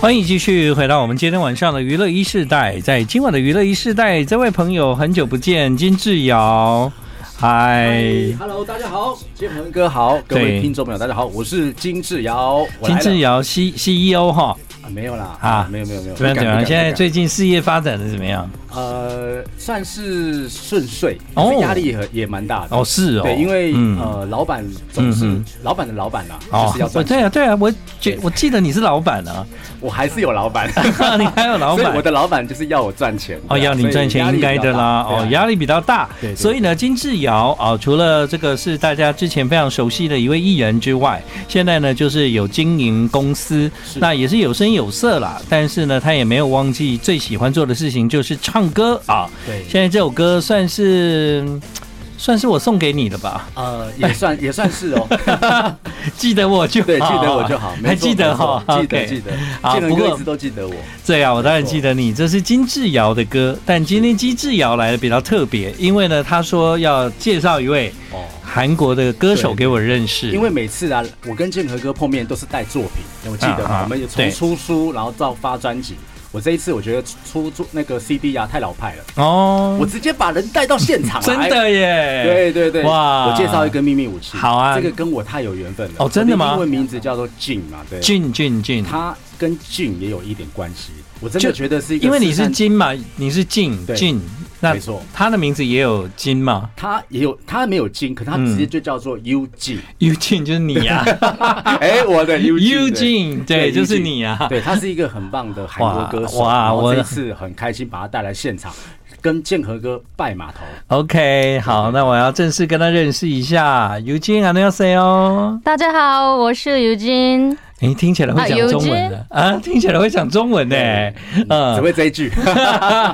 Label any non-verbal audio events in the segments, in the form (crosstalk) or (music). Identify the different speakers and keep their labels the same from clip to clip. Speaker 1: 欢迎继续回到我们今天晚上的娱乐一世代，在今晚的娱乐一世代，这位朋友很久不见，金志尧，嗨，
Speaker 2: Hello，大家好，建恒哥好，各位
Speaker 1: 对
Speaker 2: 听众朋友大家好，我是金志尧，我来
Speaker 1: 金
Speaker 2: 了
Speaker 1: 志尧 C CEO 哈，
Speaker 2: 啊没有啦
Speaker 1: 啊
Speaker 2: 啊，没有没有没有，
Speaker 1: 怎么样
Speaker 2: 不
Speaker 1: 怎么样？
Speaker 2: 敢不敢
Speaker 1: 现在
Speaker 2: 不敢
Speaker 1: 最近事业发展的怎么样？
Speaker 2: 呃算是顺遂，
Speaker 1: 哦
Speaker 2: 可是压力也很也蛮大的
Speaker 1: 哦，。是哦，
Speaker 2: 对，因为
Speaker 1: 嗯
Speaker 2: 呃，老板总是
Speaker 1: 嗯
Speaker 2: 老板的老板啦，就是要
Speaker 1: 哦，
Speaker 2: 赚
Speaker 1: 我
Speaker 2: 钱，
Speaker 1: 对啊对啊，我觉
Speaker 2: 对
Speaker 1: 我记得你是老板
Speaker 2: (laughs)
Speaker 1: 啊，
Speaker 2: 我还是有老板，
Speaker 1: (laughs) 你还有老
Speaker 2: 所以
Speaker 1: 板
Speaker 2: 我。的老板就是要我赚钱。
Speaker 1: 哦，要你赚钱应该的啦，哦，
Speaker 2: 呀，
Speaker 1: 压力比较大
Speaker 2: 对，对
Speaker 1: 所以呢，金志尧啊、哦除了这个是大家之前非常熟悉的一位艺人之外，现在呢就是有经营公司，
Speaker 2: 是
Speaker 1: 那也是有声有色啦，但是呢，他也没有忘记最喜欢做的事情就是唱歌啊。
Speaker 2: 对，
Speaker 1: 现在这首歌算是嗯算是我送给你的
Speaker 2: (laughs)
Speaker 1: 吧，
Speaker 2: 呃，也
Speaker 1: (laughs)
Speaker 2: 算也算是哦，
Speaker 1: 记得我就好
Speaker 2: 对，记得我就好，没
Speaker 1: (laughs) 还
Speaker 2: 错
Speaker 1: 记得
Speaker 2: 没错
Speaker 1: 哈，
Speaker 2: 记得
Speaker 1: OK
Speaker 2: 记得，
Speaker 1: 好
Speaker 2: 建
Speaker 1: 不
Speaker 2: 恒
Speaker 1: 过
Speaker 2: 哥一直都记得我。
Speaker 1: 对啊，我当然
Speaker 2: 没错
Speaker 1: 记得你，这是金志尧的歌，但今天金志尧来的比较特别，因为呢，他说要介绍一位
Speaker 2: 哦，
Speaker 1: 韩国的歌手
Speaker 2: 对
Speaker 1: 给我认识，
Speaker 2: 因为每次啊，我跟建和哥碰面都是带作品，我记得
Speaker 1: 啊啊
Speaker 2: 嘛，我们也
Speaker 1: 对
Speaker 2: 从出书，然后到发专辑。我这一次我觉得出出那个 CD 啊太老派了，
Speaker 1: 哦
Speaker 2: 我，直接把人带到现
Speaker 1: (laughs)
Speaker 2: 场
Speaker 1: 真
Speaker 2: 来。
Speaker 1: 的耶，
Speaker 2: 对对对，
Speaker 1: 哇
Speaker 2: 我介绍一个秘密武器。
Speaker 1: 好啊
Speaker 2: 这个跟我太有缘分了。
Speaker 1: 哦真的吗
Speaker 2: 我英文名字叫做 Jin 嘛，对，
Speaker 1: 俊俊俊，
Speaker 2: 它跟 Jin 也有一点关系。我真
Speaker 1: 就
Speaker 2: 的觉得是一个，
Speaker 1: 因为你是，金嘛，你是俊
Speaker 2: 对
Speaker 1: 俊，那
Speaker 2: 没错
Speaker 1: 他的名字也有金
Speaker 2: (laughs)
Speaker 1: 嘛，
Speaker 2: 它也有，它没有金，可它直接就叫做 U G。
Speaker 1: U 俊就是你呀、
Speaker 2: 哎，我的 U
Speaker 1: 嗯 (laughs) u
Speaker 2: G。
Speaker 1: 俊对，
Speaker 2: 对
Speaker 1: 就是
Speaker 2: (laughs) ，Eugene
Speaker 1: 你啊呀、
Speaker 2: (laughs) 对，他是一个很棒的韩国歌手。
Speaker 1: 哇哇
Speaker 2: 哇！
Speaker 1: 我
Speaker 2: 我这一次很开心把他带来现场，跟建和哥拜码头。
Speaker 1: OK，好，那我要正式跟他认识一下 U 俊안녕하세요。
Speaker 3: 大家好，我是尤金。
Speaker 1: 哎，听起来会讲中文的啊听起来会讲中文呢、
Speaker 2: 只
Speaker 1: 嗯，
Speaker 2: 会这一句。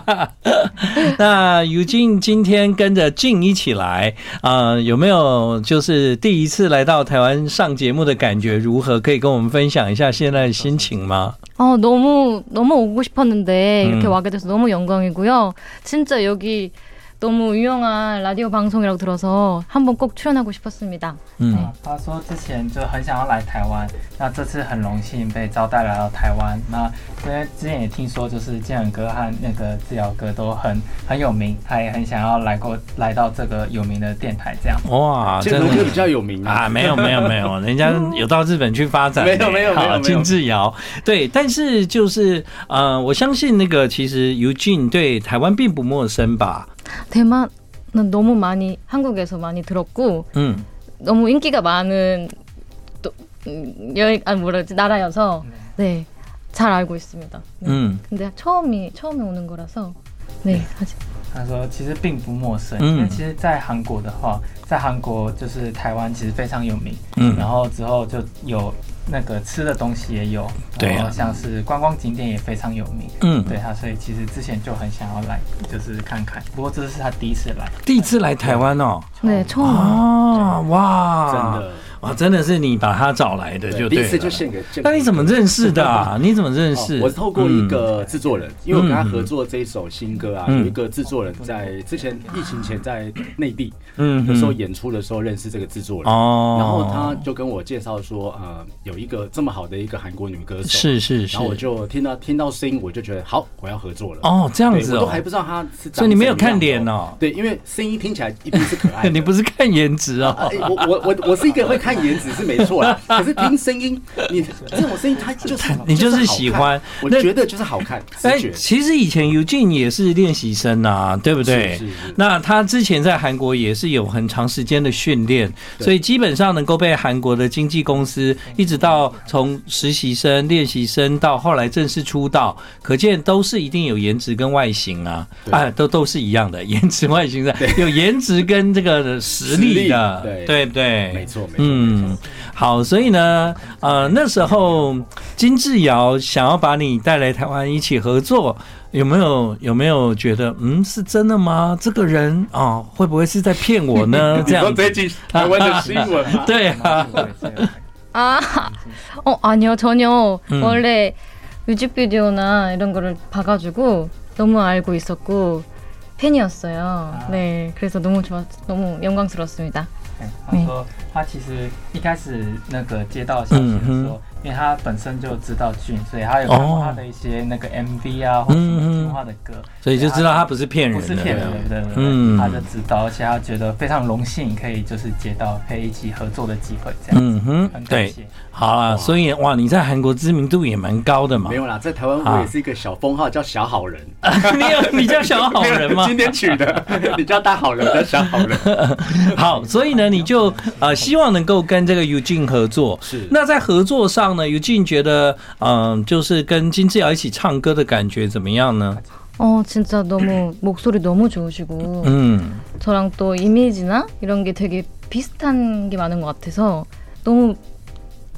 Speaker 1: (laughs) 那尤静今天跟着静一起来，啊，有没有就是第一次来到台湾上节目的感觉如何？可以跟我们分享一下现在的心情吗？
Speaker 3: 어, 너무, 너무 오고 싶었는데, 이렇게
Speaker 1: 음.
Speaker 3: 와게 돼서 너무 영광이고요. 진짜 여기 너무 유명한 라디오 방송이라고 들어서 한번 꼭 출연하고 싶었습니다.
Speaker 1: 嗯
Speaker 4: 嗯，他说之前就很想要来台湾，那这次很荣幸被招待来到台湾。那因为之前也听说，就是建仁哥和那个志尧哥都很很有名，他也很想要来过来到这个有名的电台这样。
Speaker 1: 哇，
Speaker 2: 建
Speaker 1: 真
Speaker 2: 和哥
Speaker 1: 的
Speaker 2: 比较有名啊。
Speaker 1: 啊，没有没有没有，人家有到日本去发展呢，
Speaker 2: (laughs) 没有没有没有
Speaker 1: 好
Speaker 2: 没有
Speaker 1: 金志尧对，但是就是呃，我相信那个其实尤静对台湾并不陌生吧？
Speaker 3: 대만, 난 너무 많이, 한국에서 많이 들었고,
Speaker 1: 嗯
Speaker 3: 너무 인기가 많은, 또, 음, 여행, 아, 뭐라 그러지, 나라여서, 네, 잘 알고 있습니다. 네.
Speaker 1: 嗯
Speaker 3: 근데 처음이, 처음에 오는 거라서, 네, 아직.
Speaker 4: 他说其实并不陌生，
Speaker 1: 嗯
Speaker 4: 因为其实，在韩国的话，在韩国就是台湾其实非常有名，
Speaker 1: 嗯
Speaker 4: 然后之后就有那个吃的东西也有，
Speaker 1: 对啊
Speaker 4: 然后像是观光景点也非常有名。
Speaker 1: 嗯，
Speaker 4: 对他，所以其实之前就很想要来，就是看看。不过这是他第一次来，
Speaker 1: 第一次来台湾哦，
Speaker 3: 네, 처음.
Speaker 1: 啊哇，
Speaker 2: 真的，
Speaker 1: 哇，啊真的是你把他找来的就
Speaker 2: 第
Speaker 1: 对
Speaker 2: 一次
Speaker 1: 了。
Speaker 2: 就献给建和哥。
Speaker 1: 那你怎么认识的、
Speaker 2: (laughs)
Speaker 1: 啊？你怎么认
Speaker 2: 哦
Speaker 1: 识？
Speaker 2: 我是透过一个制作人，因为我跟他
Speaker 1: 嗯
Speaker 2: 合作这一首新歌啊，
Speaker 1: 嗯
Speaker 2: 有一个制作人在之前疫情前在内地
Speaker 1: 嗯
Speaker 2: 的时候演出的时候认识这个制作人，
Speaker 1: 哦，
Speaker 2: 然后他就跟我介绍说，呃，有一个这么好的一个韩国女歌手，
Speaker 1: 是是是，
Speaker 2: 然后我就听到听到声音，我就觉得好，我要合作了。
Speaker 1: 哦这样
Speaker 2: 对，
Speaker 1: 子
Speaker 2: 我都
Speaker 1: 哦
Speaker 2: 还，不知道他是长
Speaker 1: 所以你没有
Speaker 2: 怎么样
Speaker 1: 看脸
Speaker 2: 的
Speaker 1: 哦
Speaker 2: 对，因为声音听起来一定是可爱
Speaker 1: (laughs)
Speaker 2: 的。
Speaker 1: 你不是看颜值哦
Speaker 2: (laughs) 哎，我我我我是一个会看颜值是没错
Speaker 1: (laughs)
Speaker 2: 啦，可是听声音，你这种声音它就是
Speaker 1: 你就是
Speaker 2: 好看
Speaker 1: 喜欢
Speaker 2: 我
Speaker 1: 那
Speaker 2: 觉得就是好看，直
Speaker 1: 哎，
Speaker 2: 觉。
Speaker 1: 其实以前尤静也是练习生啊，对不对？
Speaker 2: 是是是
Speaker 1: 那他之前在韩国也是有很长时间的训练，
Speaker 2: 对
Speaker 1: 所以基本上能够被韩国的经纪公司一直到从实习生、练习生到后来正式出道，可见都是一定有颜值跟外形啊，
Speaker 2: 对
Speaker 1: 啊，都都是一样的， (laughs) 颜值外形的，有颜值跟这个实力的，
Speaker 2: 实力对
Speaker 1: 对不对？
Speaker 2: 没错没错
Speaker 1: 嗯，好，所以呢，呃，那时候金志尧想要把你带来台湾一起合作，有没有有没有觉得，嗯，是真的吗？这个人啊、哦会不会是在骗我
Speaker 2: (laughs)
Speaker 1: 呢？这样子，
Speaker 2: 近台湾的新闻
Speaker 1: (laughs)
Speaker 2: 吗？
Speaker 1: 对啊，
Speaker 3: 아, 어, 아니요, 전혀.
Speaker 1: 음.
Speaker 3: 원래 뮤직비디오나 이런 거를 봐가지고 너무 알고 있었고, 팬이었어요.
Speaker 1: 아.
Speaker 3: 네, 그래서 너무 좋았, 너무 영광스러웠습니다.
Speaker 4: 对他说他其实一开始那个接到消息的时候，因为他本身就知道俊，所以他有看过他的一些那个 MV 啊，或
Speaker 1: 嗯
Speaker 4: 者
Speaker 1: 哦嗯嗯
Speaker 4: 听话的歌，
Speaker 1: 所以就知道他不是骗
Speaker 4: 不
Speaker 1: 人
Speaker 4: 是
Speaker 1: 的，
Speaker 4: 骗人的，
Speaker 1: 嗯
Speaker 4: 他就知道，而且他觉得非常荣幸可以就是接到可以一起合作的机会，这样子，
Speaker 1: 嗯哼
Speaker 4: 很，感
Speaker 1: 对，
Speaker 4: 谢。
Speaker 1: 好啦，所以哇，你在韩国知名度也蛮高的嘛
Speaker 2: 没。有啦，在台湾我也是一个小封号，叫小好人。
Speaker 1: (laughs) 你有你叫啊小好人吗
Speaker 2: (laughs) 今？天取
Speaker 1: (laughs)
Speaker 2: 的，你叫大好人，叫小好人。
Speaker 1: 好，所以呢，你就呃希望能够跟这个 Eugene 合作。
Speaker 2: 是
Speaker 1: 那在合作上呢，Eugene 觉得嗯、就是跟金志尧一起唱歌的感觉怎么样呢？
Speaker 3: 어 진짜 너무
Speaker 1: 음.
Speaker 3: 목소리 너무 좋으시고
Speaker 1: 嗯
Speaker 3: 저랑 또 이미지나 이런 게 되게 비슷한 게 많은 것 같아서 너무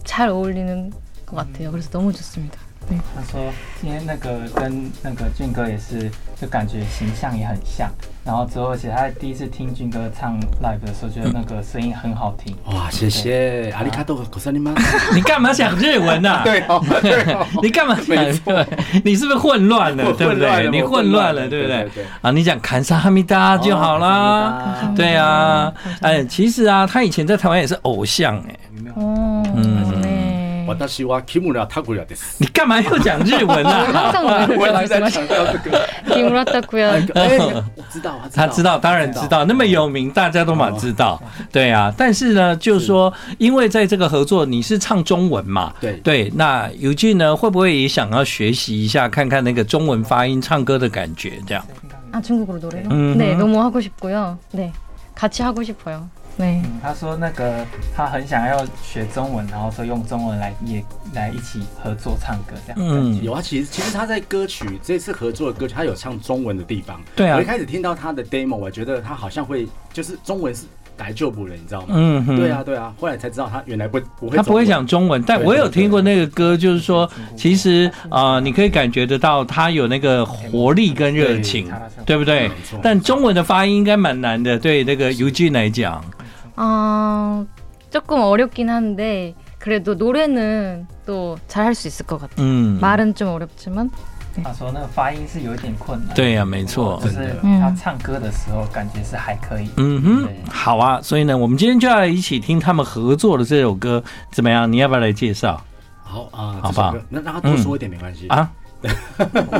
Speaker 3: 잘 어울리는 것 같아요. 그래서 너무 좋습니다. 네.
Speaker 1: 음.
Speaker 4: 他说今天那个跟那个俊哥也是，就感觉形象也很像。然后之后，而且他第一次听俊哥唱 live 的时候，觉得那个声音很好听。
Speaker 2: 哇，谢
Speaker 1: 啊
Speaker 2: 谢阿里卡多和古萨尼吗？
Speaker 1: 你干嘛讲日文呐、
Speaker 2: (laughs) 对哦，对哦，
Speaker 1: 你干嘛讲
Speaker 2: 没
Speaker 1: 日文？你是不是混乱了？
Speaker 2: 我
Speaker 1: 对不
Speaker 2: 混乱
Speaker 1: 对？
Speaker 2: 了
Speaker 1: 你
Speaker 2: 我
Speaker 1: 混乱
Speaker 2: 混乱
Speaker 1: 了，
Speaker 2: 了
Speaker 1: 对不
Speaker 2: 对
Speaker 1: 对
Speaker 2: 对对？
Speaker 1: 啊，你讲坎萨哈密达 (laughs) 就好啦。
Speaker 2: 哦。
Speaker 1: 对啊，哎，其实啊，他以前在台湾也是偶像哎、
Speaker 3: 어,
Speaker 1: 음.
Speaker 3: 네.
Speaker 2: 我倒希望キムラタ古ラです。
Speaker 1: (laughs) 你干嘛又讲日文啊？
Speaker 2: (laughs)
Speaker 3: 항상
Speaker 2: 我
Speaker 3: 그렇게
Speaker 2: 一直在
Speaker 3: 말씀하시.
Speaker 2: 强调这个。
Speaker 3: 김우라 타쿠야.
Speaker 1: 그-
Speaker 2: 哎，
Speaker 1: (laughs)
Speaker 2: 我知道，
Speaker 1: 他知道，当然知道，那么有名，大家都嘛知
Speaker 2: 哦
Speaker 1: 道，对啊。但是呢，就是说，因为在这个合作，你是唱中文嘛，
Speaker 2: 对
Speaker 1: 对。那尤进呢，会不会也想要学习一下，看看那个中文发音唱歌的感觉？这样，
Speaker 3: 아 중국어로 노래요?
Speaker 1: 음.
Speaker 3: 네, 너무 하고 싶고요. 네, 같이 하고 싶어요. 네.
Speaker 4: 嗯，他说那个他很想要学中文，然后说用中文来也来一起合作唱歌这样。嗯，
Speaker 1: 嗯，
Speaker 2: 有啊，其实其实他在歌曲这次合作的歌曲，他有唱中文的地方。
Speaker 1: 对啊
Speaker 2: 我一开始听到他的 demo，我觉得他好像会就是中文是来就补了，你知道吗？
Speaker 1: 嗯哼
Speaker 2: 对啊，对啊。后来才知道他原来不不会，
Speaker 1: 他不会。讲中文，但
Speaker 2: 对
Speaker 1: 我有
Speaker 2: 对对
Speaker 1: 听过那个歌，就是说，其实啊、呃你可以感觉得到他有那个活力跟热情
Speaker 4: 对，
Speaker 1: 对不对
Speaker 2: 嗯没错？
Speaker 1: 但中文的发音应该蛮难的，对那个尤进来讲，
Speaker 3: 아 조금 어렵긴 한데 그래도 노래는 또 잘 할 수 있을 것 같아요.
Speaker 1: 嗯，
Speaker 3: 말은 좀 어렵지만
Speaker 4: 他说那个发音是有一点困难。
Speaker 1: 对呀、啊没错
Speaker 4: 就。
Speaker 2: 真
Speaker 4: 是
Speaker 2: 的
Speaker 4: 他唱歌的时候感觉是还可以。
Speaker 1: 嗯哼
Speaker 4: 对，
Speaker 1: 好啊，所以呢，我们今天就要来一起听他们合作的这首歌，怎么样？你要不要来介绍
Speaker 2: 好啊，
Speaker 1: 好不好
Speaker 2: 这首歌那让他多说一点没关系，
Speaker 1: 啊？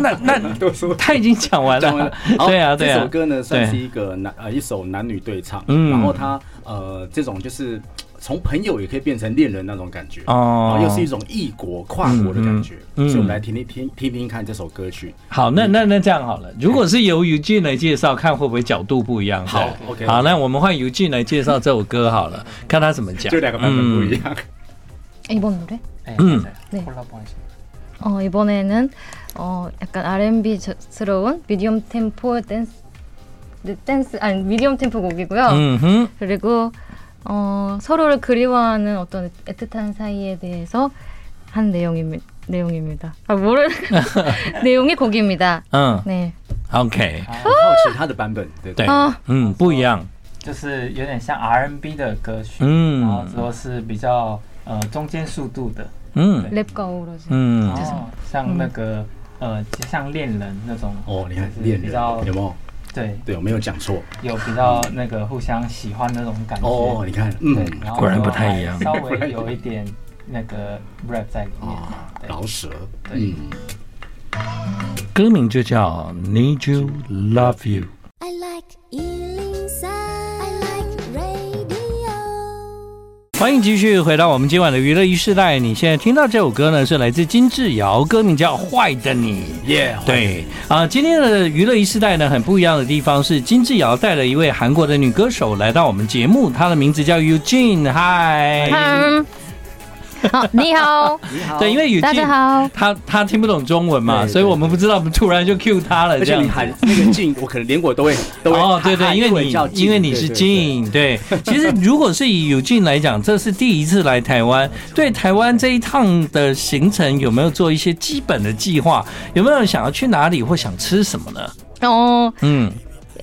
Speaker 1: 那那
Speaker 2: (laughs) 多说。
Speaker 1: 他已经讲
Speaker 2: (laughs)
Speaker 1: 完
Speaker 2: 讲完
Speaker 1: 了
Speaker 2: 了，好，
Speaker 1: 对啊，对
Speaker 2: 这首
Speaker 1: 啊，
Speaker 2: 歌呢算是一个男呃一首男女对唱，
Speaker 1: 嗯
Speaker 2: 然后他呃这种就是从朋友也可以变成恋人那种感觉，然
Speaker 1: 哦
Speaker 2: 后又是一种异国跨国的感觉，
Speaker 1: 嗯嗯嗯
Speaker 2: 所以我们来听听听听听看这首歌曲。
Speaker 1: 好，
Speaker 2: 嗯
Speaker 1: 那那那这样好了，如果是由尤进来介绍，看会不会角度不一样？
Speaker 2: 好
Speaker 1: 对
Speaker 2: ，OK，
Speaker 1: 好，那我们换尤进来介绍这首歌好了，看他怎么讲。
Speaker 2: 就两个版本不一样。
Speaker 3: 이번 노래
Speaker 4: 哎
Speaker 1: 嗯
Speaker 3: 对
Speaker 4: 콜라보还是
Speaker 3: 어, 이번에는 어, 약간 R&B스러운 미디엄 템포 댄스 네, 댄스 아니 미디엄 템포 곡이고요.
Speaker 1: 嗯哼，
Speaker 3: 그리고 어, 서로를 그리워하는 어떤 애틋한 사이에 대해서 한 내용입니다. 내용입니다. 아 모르 (laughs) 내용의 곡입니다.
Speaker 1: 嗯
Speaker 3: 네.
Speaker 1: ，OK，
Speaker 2: (laughs) 很好奇他的版本，对
Speaker 1: 对
Speaker 3: 哦，
Speaker 1: 嗯，不一样，
Speaker 4: 就是有点像 R&B 的歌曲，
Speaker 1: 嗯
Speaker 4: 然后之后是比较呃中间速度的，
Speaker 1: 嗯
Speaker 3: 랩과 어우러진.
Speaker 1: 嗯，
Speaker 4: 哦，像那个呃像恋人那种，
Speaker 2: 哦，你看
Speaker 4: 就是
Speaker 2: 恋
Speaker 4: 比
Speaker 2: 人
Speaker 4: 较
Speaker 2: 有没有？
Speaker 4: 对，
Speaker 2: 对，我没有讲错。
Speaker 4: 有比较那个互相喜欢那种感觉。
Speaker 2: 哦，你看，
Speaker 4: 对
Speaker 2: 嗯，，
Speaker 4: 然后
Speaker 1: 果然不太一样
Speaker 4: 稍微有一点那个 rap 在里面。
Speaker 2: 啊，
Speaker 4: 对
Speaker 2: 饶舌，嗯，
Speaker 1: 歌名就叫《Need You Love You》。
Speaker 5: I like Ealing Sound. I like radio.
Speaker 1: 欢迎继续回到我们今晚的娱乐一世代。你现在听到这首歌呢，是来自金志尧，歌名叫《坏的你》。
Speaker 2: 耶，
Speaker 1: 对啊、今天的娱乐一世代呢，很不一样的地方是金志尧带了一位韩国的女歌手来到我们节目，她的名字叫 Eugene。嗨，
Speaker 3: 음. 어, 니하오.
Speaker 1: 对，因为 Eugene
Speaker 3: 大家好。
Speaker 1: 她她听不懂中文嘛，
Speaker 2: 对对
Speaker 1: 所以我们不知道，我们突然就 cue 她了
Speaker 2: 而
Speaker 1: 这
Speaker 2: 且
Speaker 1: 样
Speaker 2: 你
Speaker 1: 子。
Speaker 2: 喊那个静，我可能连我都会都会
Speaker 1: 哦，对对，
Speaker 2: 喊
Speaker 1: 因为
Speaker 2: 英文叫
Speaker 1: 你
Speaker 2: 静
Speaker 1: 因为你是，
Speaker 2: 对对对
Speaker 1: 进，对。
Speaker 2: (laughs)
Speaker 1: 其实如果是以有进来讲，这是第一次来台湾，对台湾这一趟的行程有没有做一些基本的计划？有没有想要去哪里或想吃什么呢？
Speaker 3: 어,
Speaker 1: 嗯，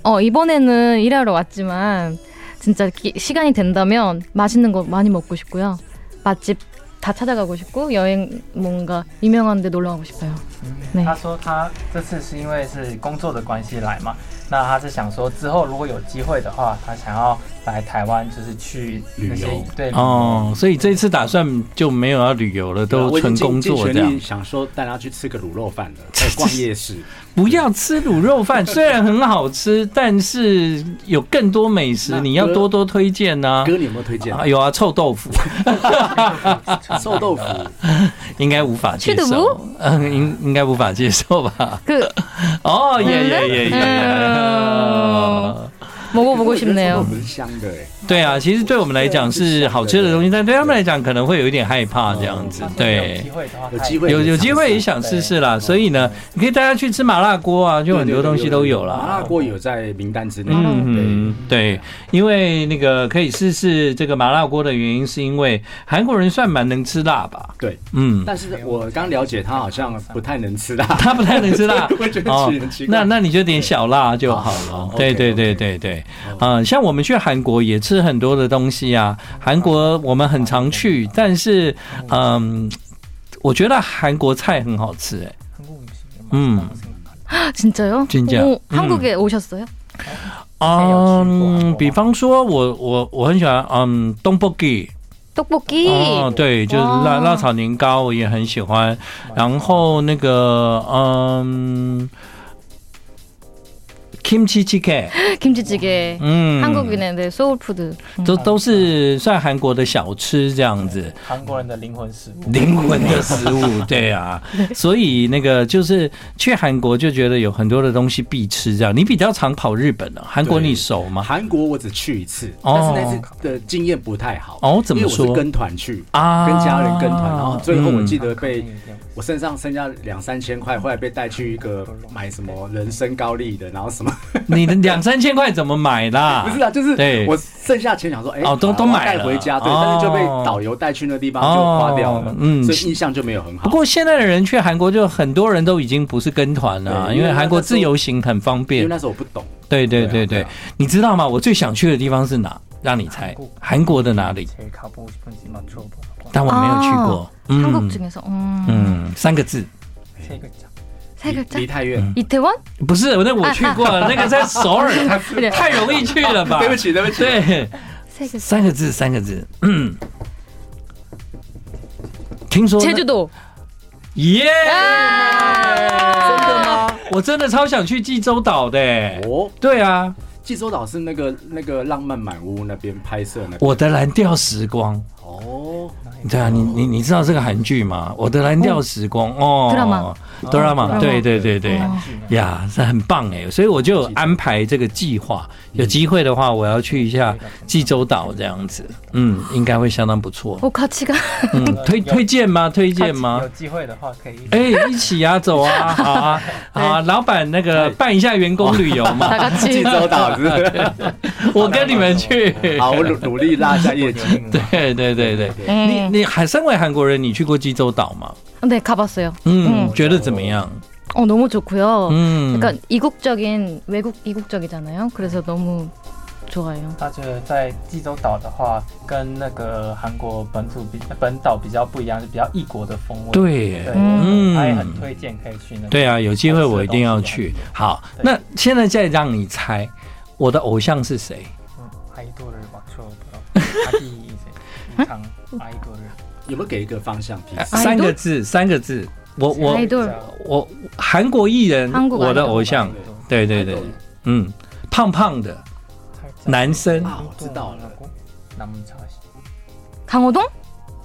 Speaker 3: 어, 이번에는 일하러 왔지만 진짜 기- 시간이 된다면 맛있는 거 많이 먹고 싶고요. 맛집 다 찾아가고 싶고 여행 뭔가
Speaker 4: 아.
Speaker 3: 유명한 데 놀러 가고 싶어요.
Speaker 4: 他说他这次是因为是工作的关系来嘛，那他是想说之后如果有机会的话，他想要来台湾就是去那些
Speaker 2: 旅游
Speaker 4: 对旅游
Speaker 1: 哦，所以这次打算就没有要旅游了，都
Speaker 2: 啊我已经
Speaker 1: 纯
Speaker 2: 尽
Speaker 1: 工作
Speaker 2: 尽
Speaker 1: 这
Speaker 2: 全
Speaker 1: 样
Speaker 2: 力。想说带他去吃个卤肉饭
Speaker 1: (laughs)
Speaker 2: 了，还有逛夜市。
Speaker 1: 不要吃卤肉饭，
Speaker 2: (laughs)
Speaker 1: 虽然很好吃，但是有更多美食，
Speaker 2: 那
Speaker 1: 你要
Speaker 2: 哥
Speaker 1: 多多推荐呐、
Speaker 2: 哥，你有没有推荐？哎
Speaker 1: 啊。有啊，臭豆腐 (laughs)
Speaker 2: 臭豆腐，
Speaker 1: 应该无法接
Speaker 3: 吃得
Speaker 1: 受
Speaker 3: 不，
Speaker 1: 嗯，应应该无法接受吧？ (laughs)
Speaker 3: 그
Speaker 1: 哦，耶耶耶耶
Speaker 3: 嗯！먹어 보고
Speaker 2: 我
Speaker 3: 싶네요.
Speaker 2: 们香的哎，
Speaker 1: 对啊，其实对我们来讲是好吃的东西，但对他们来讲可能会有一点害怕这样子
Speaker 2: 嗯
Speaker 4: 那。如果有
Speaker 1: 对
Speaker 4: 机，会的话，
Speaker 2: 有
Speaker 4: 他
Speaker 2: 机
Speaker 4: 也
Speaker 2: 会
Speaker 1: 有有机会也想试试
Speaker 2: 嗯
Speaker 1: 啦，所以呢，你可以带他去吃麻辣锅啊，就很多东西都有啦。
Speaker 2: 麻辣锅有在名单之内。
Speaker 1: 嗯，对，因为那个可以试试这个麻辣锅的原因，是因为韩国人算蛮能吃辣吧？
Speaker 2: 对，对。
Speaker 1: 嗯，
Speaker 2: 但是我刚了解他好像不太能吃辣，
Speaker 1: 他不太能吃辣
Speaker 2: (laughs)
Speaker 1: 哦
Speaker 2: 我觉得很奇怪。
Speaker 1: 那那你就点小辣就好了
Speaker 2: 哦。
Speaker 1: 对
Speaker 2: OK，
Speaker 1: 对
Speaker 2: OK 哦
Speaker 1: 对对对，嗯，像我们去韩国也吃很多的东西啊，韩
Speaker 2: 嗯
Speaker 1: 国我们很常去，但是嗯，我觉得韩国菜很好吃，嗯哎，
Speaker 4: 한국 음식을
Speaker 1: 음.
Speaker 4: 맛있다고 생각하는
Speaker 3: 진짜요?
Speaker 1: 진짜.
Speaker 3: 오,
Speaker 1: 음.
Speaker 3: 한국에 오셨어요?
Speaker 1: 嗯，比方说我我我很喜欢嗯东坡鸡。
Speaker 3: 떡볶이.
Speaker 1: 哦，对，就是辣
Speaker 3: 哇
Speaker 1: 辣炒年糕，我也很喜欢。然后那个，嗯，kimchi chicken，
Speaker 3: (laughs) 김치찌개.
Speaker 1: 嗯，
Speaker 3: 한국인의 네, 소울푸드. 음.
Speaker 1: 都都是算韩国的小吃这样子，
Speaker 4: 한국인의灵魂食物.
Speaker 1: 灵魂的食物，对啊。所以那个就是去韩国就觉得有很多的东西必吃，这样。你比较常跑日本了、韩国
Speaker 2: 对
Speaker 1: 你熟吗？
Speaker 2: 韩国我只去一次，
Speaker 1: 哦
Speaker 2: 但是那次的经验不太好。
Speaker 1: 哦怎么说
Speaker 2: 因为我是跟团去，
Speaker 1: 啊
Speaker 2: 跟家人跟团，然后最后我记
Speaker 1: 嗯
Speaker 2: 得被
Speaker 4: 嗯
Speaker 2: 我身上剩下两三千块，后来被带去一个买什么人参高丽的，然后什么
Speaker 1: 嗯你的两三千块怎么买啦？
Speaker 2: 不是啊，就是
Speaker 1: 对
Speaker 2: 我剩下钱想说，哎，
Speaker 1: 哦都
Speaker 2: 好啊
Speaker 1: 都买了
Speaker 2: 带回家，对，
Speaker 1: 哦
Speaker 2: 但是就被导游带去那地方就花掉了
Speaker 1: 哦，嗯
Speaker 2: 所以印象就没有很
Speaker 1: 不
Speaker 2: 好。
Speaker 1: 过现在的人去韩国，就很多人都已经不是跟团了，
Speaker 2: 对
Speaker 1: 因
Speaker 2: 因
Speaker 1: 为
Speaker 2: 为
Speaker 1: 韩国自由行很方
Speaker 2: 因为
Speaker 1: 便。
Speaker 2: 那时候我不懂，
Speaker 1: 对对对
Speaker 2: 对啊对
Speaker 1: 对
Speaker 2: 啊，
Speaker 1: 你知道吗？我最想去的地方是哪？让你猜，韩国的哪里？
Speaker 4: 제일 가보고 싶은지 맞춰보라고.
Speaker 1: 但我没有去过
Speaker 3: 哦。 한국 중에서 음,
Speaker 1: 嗯，三个字，
Speaker 4: 세 글자.
Speaker 3: 세 글자
Speaker 2: 离太
Speaker 1: 嗯
Speaker 2: 远，
Speaker 3: 이태원?
Speaker 1: 不是那我去
Speaker 2: (laughs)
Speaker 1: 过，那个在首尔，太太容易去了吧
Speaker 2: 对？不起，对不起，
Speaker 1: 对，
Speaker 3: 세 글자
Speaker 1: 三个字，三个字。嗯，听说那
Speaker 3: 제주도
Speaker 1: 耶！
Speaker 3: 真的吗？
Speaker 1: 我真的超想去济州岛的。
Speaker 2: 哦，
Speaker 1: 对啊，
Speaker 2: 济州岛是那个那个浪漫满屋那边拍摄那个，
Speaker 1: 我的蓝调时光。
Speaker 2: 哦，
Speaker 1: 对啊，你你你知道这个韩剧吗？我的蓝调时光哦
Speaker 4: ，drama
Speaker 1: drama，
Speaker 4: 哦
Speaker 1: 对对对对，呀，是很棒哎，所以我就有安排这个计划，有机会的话我要去一下济州岛这样子，嗯，应该会相当不错，
Speaker 3: 오 어, 같이 가 (laughs)
Speaker 1: 嗯，推推荐吗？推荐吗？
Speaker 4: 有机会的话可以。
Speaker 1: 啊哎，一起啊，走啊，好啊，好啊，老板那个办一下员工旅游嘛，
Speaker 3: 다
Speaker 2: 济
Speaker 3: 같이
Speaker 2: 州岛
Speaker 1: (laughs)
Speaker 2: 是不是。
Speaker 1: 我跟你们去，
Speaker 2: 好，我努努力拉一下业绩。
Speaker 1: 对对对对，
Speaker 3: 네
Speaker 1: 你你还身为韩国人，你去过济州岛吗？
Speaker 3: 네, 가봤어요.
Speaker 1: 嗯，
Speaker 3: 嗯哦
Speaker 1: 觉得怎么样？嗯
Speaker 3: 어 너무 좋고요.
Speaker 1: 음.
Speaker 3: 그러니까 이국적인 외국 이국적이잖아요. 그래서 너무 좋아요.
Speaker 4: 他觉得在济州岛的话，跟那个韩国本土比本岛比较不一样，是比较异国的风味。
Speaker 1: 对耶
Speaker 4: 对，
Speaker 1: 嗯
Speaker 4: 他也很推荐可以去那边。
Speaker 1: 对啊，有机会我一定要去。好，
Speaker 4: 对
Speaker 1: 那现在再让你猜我的偶像是谁？
Speaker 4: 嗯，아이돌을맞춰보라고자기이제이상아이돌을
Speaker 2: 有没有给一个方向？please？
Speaker 3: Idol？
Speaker 1: 三个字，三个字。 (laughs) 我我
Speaker 3: 아이돌
Speaker 1: 我韩国艺人，
Speaker 3: 韩国
Speaker 1: 我的
Speaker 3: idol
Speaker 1: 偶像。对对对，嗯，胖胖的男生，
Speaker 2: 啊我知道了
Speaker 4: 남자씨
Speaker 3: 강호동?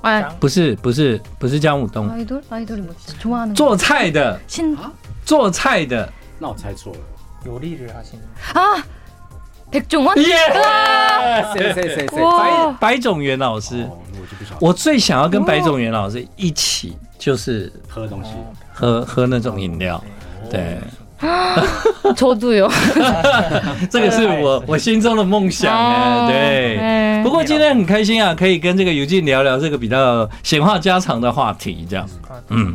Speaker 3: 아,
Speaker 4: 짱
Speaker 1: 不是不是不是姜武东，
Speaker 3: 아이돌 아이돌이 뭐지? 좋아하는 거.
Speaker 1: 做菜的
Speaker 3: 신
Speaker 2: 啊，
Speaker 1: 做菜的，
Speaker 3: (laughs)
Speaker 2: 那我
Speaker 1: (laughs)
Speaker 2: 猜错了。
Speaker 4: 요리를 하시는
Speaker 3: 아! 백종원?
Speaker 1: 耶！
Speaker 2: 谁谁谁谁？
Speaker 3: 哇
Speaker 1: 白种元老师，
Speaker 2: 哦，我就不晓得。
Speaker 1: 我最想要跟白种元老师一起，就是
Speaker 2: 喝东西，
Speaker 1: 喝喝那种饮料，对。
Speaker 3: 저도요.
Speaker 1: 这个是我我心中的梦想哎、
Speaker 3: 哦
Speaker 1: 对。
Speaker 3: 哎
Speaker 1: 不过今天很开心啊，可以跟这个尤静聊聊这个比较闲话家常的话题，这样。
Speaker 4: 嗯，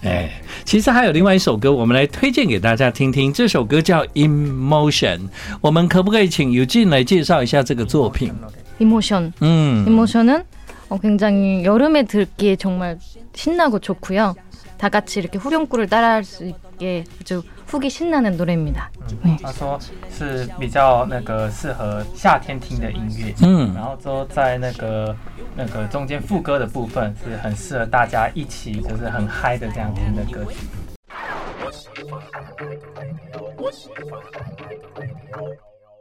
Speaker 3: 네.
Speaker 1: 哎，其实还有另外一首歌，我们来推荐给大家听听。这首歌叫《Emotion》，我们可不可以请尤静来介绍一下这个作品？
Speaker 3: 이모션.
Speaker 1: 嗯，
Speaker 3: 이모션은 어, 굉장히 여름에 듣기에 정말 신나고 좋고요. 다 같이 이렇게 후렴구를 따라할 수 있게 아주 후기 신나는 노래입니다. 네.
Speaker 4: 他说是比较那个适合夏天听的音乐，
Speaker 1: 嗯
Speaker 4: 然后之后在那个那个中间副歌的部分是很适合大家一起就是很嗨的这样听的歌曲。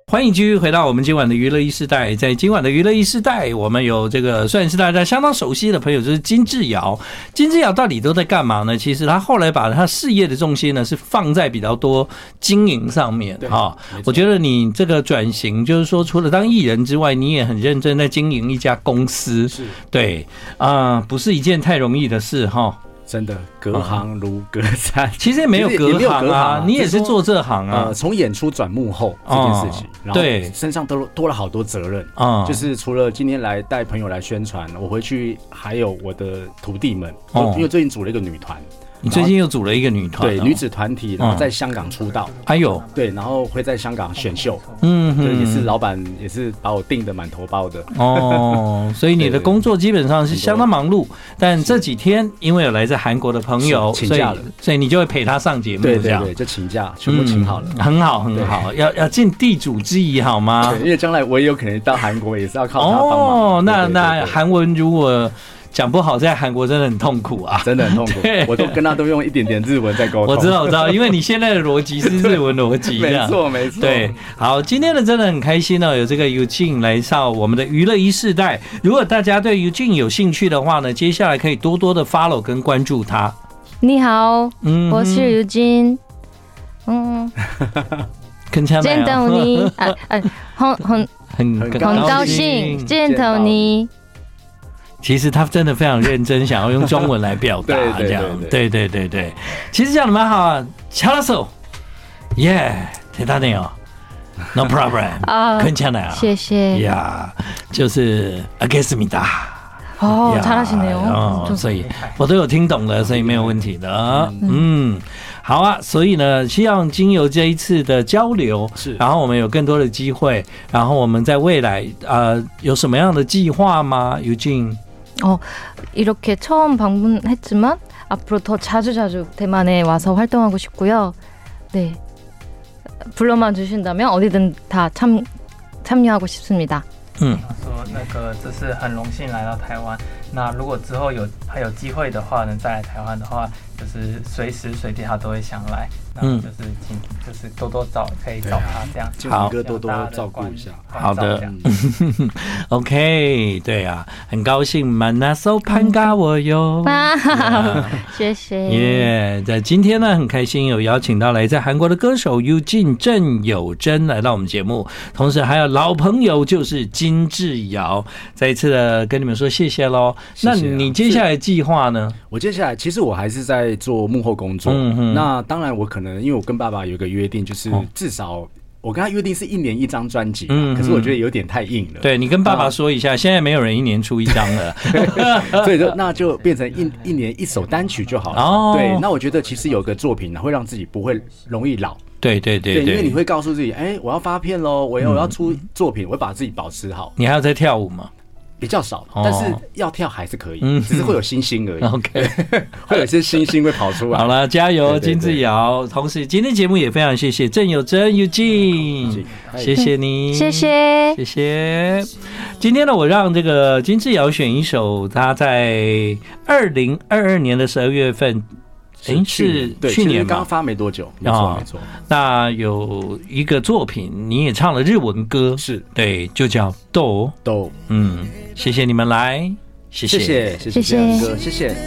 Speaker 1: 欢迎继续回到我们今晚的娱乐一世代。在今晚的娱乐一世代，我们有这个算是大家相当熟悉的朋友，就是金智瑶。金智瑶到底都在干嘛呢？其实她后来把她事业的重心呢，是放在比较多经营上面
Speaker 2: 对
Speaker 1: 哈
Speaker 2: 没错。
Speaker 1: 我觉得你这个转型，就是说除了当艺人之外，你也很认真在经营一家公司。
Speaker 2: 是
Speaker 1: 对啊、不是一件太容易的事哈。
Speaker 2: 真的，隔行如隔山。
Speaker 1: 其实也没有
Speaker 2: 其实也
Speaker 1: 隔
Speaker 2: 没有
Speaker 1: 行
Speaker 2: 隔行
Speaker 1: 啊
Speaker 2: 啊，
Speaker 1: 你也是
Speaker 2: 就是说
Speaker 1: 做这行啊
Speaker 2: 呃，。从演出转幕后这件事情
Speaker 1: 哦，
Speaker 2: 然后
Speaker 1: 对
Speaker 2: 身上都多了好多责任。
Speaker 1: 啊、
Speaker 2: 呃就是除了今天来带朋友来宣传，我回去还有我的徒弟们，
Speaker 1: 哦
Speaker 2: 因为最近组了一个女团，
Speaker 1: 你最近又组了一个女团、哦
Speaker 2: 对女，子团体，然后
Speaker 1: 嗯
Speaker 2: 在香港出道，
Speaker 1: 还有，
Speaker 2: 对，然后会在香港选秀，
Speaker 1: 嗯
Speaker 2: 对，
Speaker 1: 哼，
Speaker 2: 也是老板也是把我定的满头包的，
Speaker 1: 哦，所以你的工作基本上是相当忙碌，但这几天因为有来自韩国的朋友，所
Speaker 2: 是请
Speaker 1: 以
Speaker 2: 假了
Speaker 1: 所以你就会陪他上节目，
Speaker 2: 对
Speaker 1: 这
Speaker 2: 对
Speaker 1: 样
Speaker 2: 对，就请假，全部请好了。
Speaker 1: 嗯很好很好，要要尽地主之谊好吗
Speaker 2: 对，？因为将来我也有可能到韩国，也是要靠他帮忙。
Speaker 1: 啊哦，那
Speaker 2: 对对对
Speaker 1: 那
Speaker 2: 对
Speaker 1: 韩文如果讲不好，在韩国真的很痛苦啊。
Speaker 2: 真的很痛苦
Speaker 1: (laughs) 对，
Speaker 2: 我都跟他都用一点点日文在沟通。
Speaker 1: 我知道，我知道，因为你现在的逻
Speaker 2: (laughs)
Speaker 1: 辑是日文逻辑，这
Speaker 2: 没
Speaker 1: 样
Speaker 2: 错没错。
Speaker 1: 对，好，今天呢真的很开心哦，有这个 Eugene 来上我们的娱乐一世代。如果大家对 Eugene 有兴趣的话呢，接下来可以多多的 follow 跟关注他。
Speaker 3: 你好，
Speaker 1: 嗯
Speaker 3: 我是尤金。嗯，
Speaker 1: 跟他
Speaker 3: 见到你，啊啊，很很
Speaker 1: (laughs) 很
Speaker 2: 很
Speaker 3: 很
Speaker 2: 高
Speaker 3: 高
Speaker 2: 兴
Speaker 3: 兴见到你。
Speaker 1: 其实他真的非常认真，想要用中文来表达
Speaker 2: 对对对
Speaker 1: 这样。对对
Speaker 2: 对
Speaker 1: 对对，其实讲的蛮好啊，掐了手，耶，铁大内哦，no problem，
Speaker 3: (laughs) 啊
Speaker 1: 跟차나요
Speaker 3: 谢
Speaker 1: 예.
Speaker 3: 谢。
Speaker 1: 呀，就是阿给斯米达。
Speaker 3: 哦
Speaker 1: 呀，
Speaker 3: 잘하시네요
Speaker 1: 哦，
Speaker 3: 좀
Speaker 1: 所以我都有听懂了，所以没有问题的。嗯，好啊，所以呢，希望经由这一次的交流，
Speaker 2: 是
Speaker 1: 然后我们有更多的机会，然后我们在未来呃有什么样的计划吗？尤静，
Speaker 3: 이렇게 처음 방문했지만 앞으로 더 자주 자주 대만에 와서 활동하고 싶고요. 네. 불러만 주신다면 어디든 다 참 참여하고 싶습니다.
Speaker 1: 嗯，
Speaker 4: 他说那个这次很荣幸来到台湾，那如果之后有还有机会的话呢，再来台湾的话，就是随时随地他都会想来，那
Speaker 1: 嗯
Speaker 4: 就是请就是多多找可以找他这样。
Speaker 2: 就
Speaker 1: 好
Speaker 2: 你哥多多照顾一下。
Speaker 1: 好的
Speaker 4: 这样
Speaker 1: OK，对啊，很高兴满那搜潘嘎我哟。
Speaker 3: 아,
Speaker 1: 啊
Speaker 2: 嗯
Speaker 3: 谢谢.
Speaker 1: 예. 耶！在今天呢，很开心有邀请到来自韩国的歌手 Eugene 郑有珍来到我们节目，同时还有老朋友就是金智瑶，再一次的跟你们说谢谢喽。
Speaker 2: 谢谢
Speaker 1: 那
Speaker 2: 啊
Speaker 1: 你接下来计划呢？
Speaker 2: 我接下来其实我还是在做幕后工作。
Speaker 1: 嗯哼
Speaker 2: 那当然，我可能因为我跟爸爸有一个约定，就是
Speaker 1: 哦
Speaker 2: 至少我跟他约定是一年一张专辑啊，
Speaker 1: 嗯
Speaker 2: 可是我觉得有点太硬了。。
Speaker 1: 对你跟爸爸说一下，
Speaker 2: 呃
Speaker 1: 现在没有人一年出一张
Speaker 2: (laughs)
Speaker 1: 了。
Speaker 2: 所以就那就变成一一年一首单曲就好了。
Speaker 1: 哦
Speaker 2: 对，那我觉得其实有个作品呢，会让自己不会容易老。
Speaker 1: 对对对
Speaker 2: 因为你
Speaker 1: 对，嗯
Speaker 2: 会告诉自己，哎、我要发片喽，我要我要出作品，我会把自己保持好，
Speaker 1: 你还要再跳舞吗
Speaker 2: 比较少，
Speaker 1: 哦
Speaker 2: 但是要跳还是可以，
Speaker 1: 嗯
Speaker 2: 只是会有星
Speaker 1: (laughs)
Speaker 2: 星而已，
Speaker 1: ？OK。
Speaker 2: 会有一些星星会跑出来。
Speaker 1: 好了，加油，
Speaker 2: 对对对
Speaker 1: 金志瑶！同时，今天节目也非常谢谢郑有珍、Eugene，
Speaker 2: 哎
Speaker 1: 谢谢你，
Speaker 3: 谢谢.
Speaker 1: 谢谢。今天呢，我让这个金志瑶选一首他在二零二二年的十二月份，诶是
Speaker 2: 对，
Speaker 1: 去
Speaker 2: 其实
Speaker 1: 年
Speaker 2: 刚
Speaker 1: 吧？
Speaker 2: 发没多久，没错、
Speaker 1: 哦
Speaker 2: 没错，
Speaker 1: 那有一个作品，你也唱了日文歌，
Speaker 2: 是
Speaker 1: 对，就叫《豆》。
Speaker 2: 都
Speaker 1: 嗯，谢谢你们来，谢
Speaker 2: 谢谢谢
Speaker 3: 谢
Speaker 2: 谢
Speaker 3: 谢
Speaker 2: 亮哥，谢谢。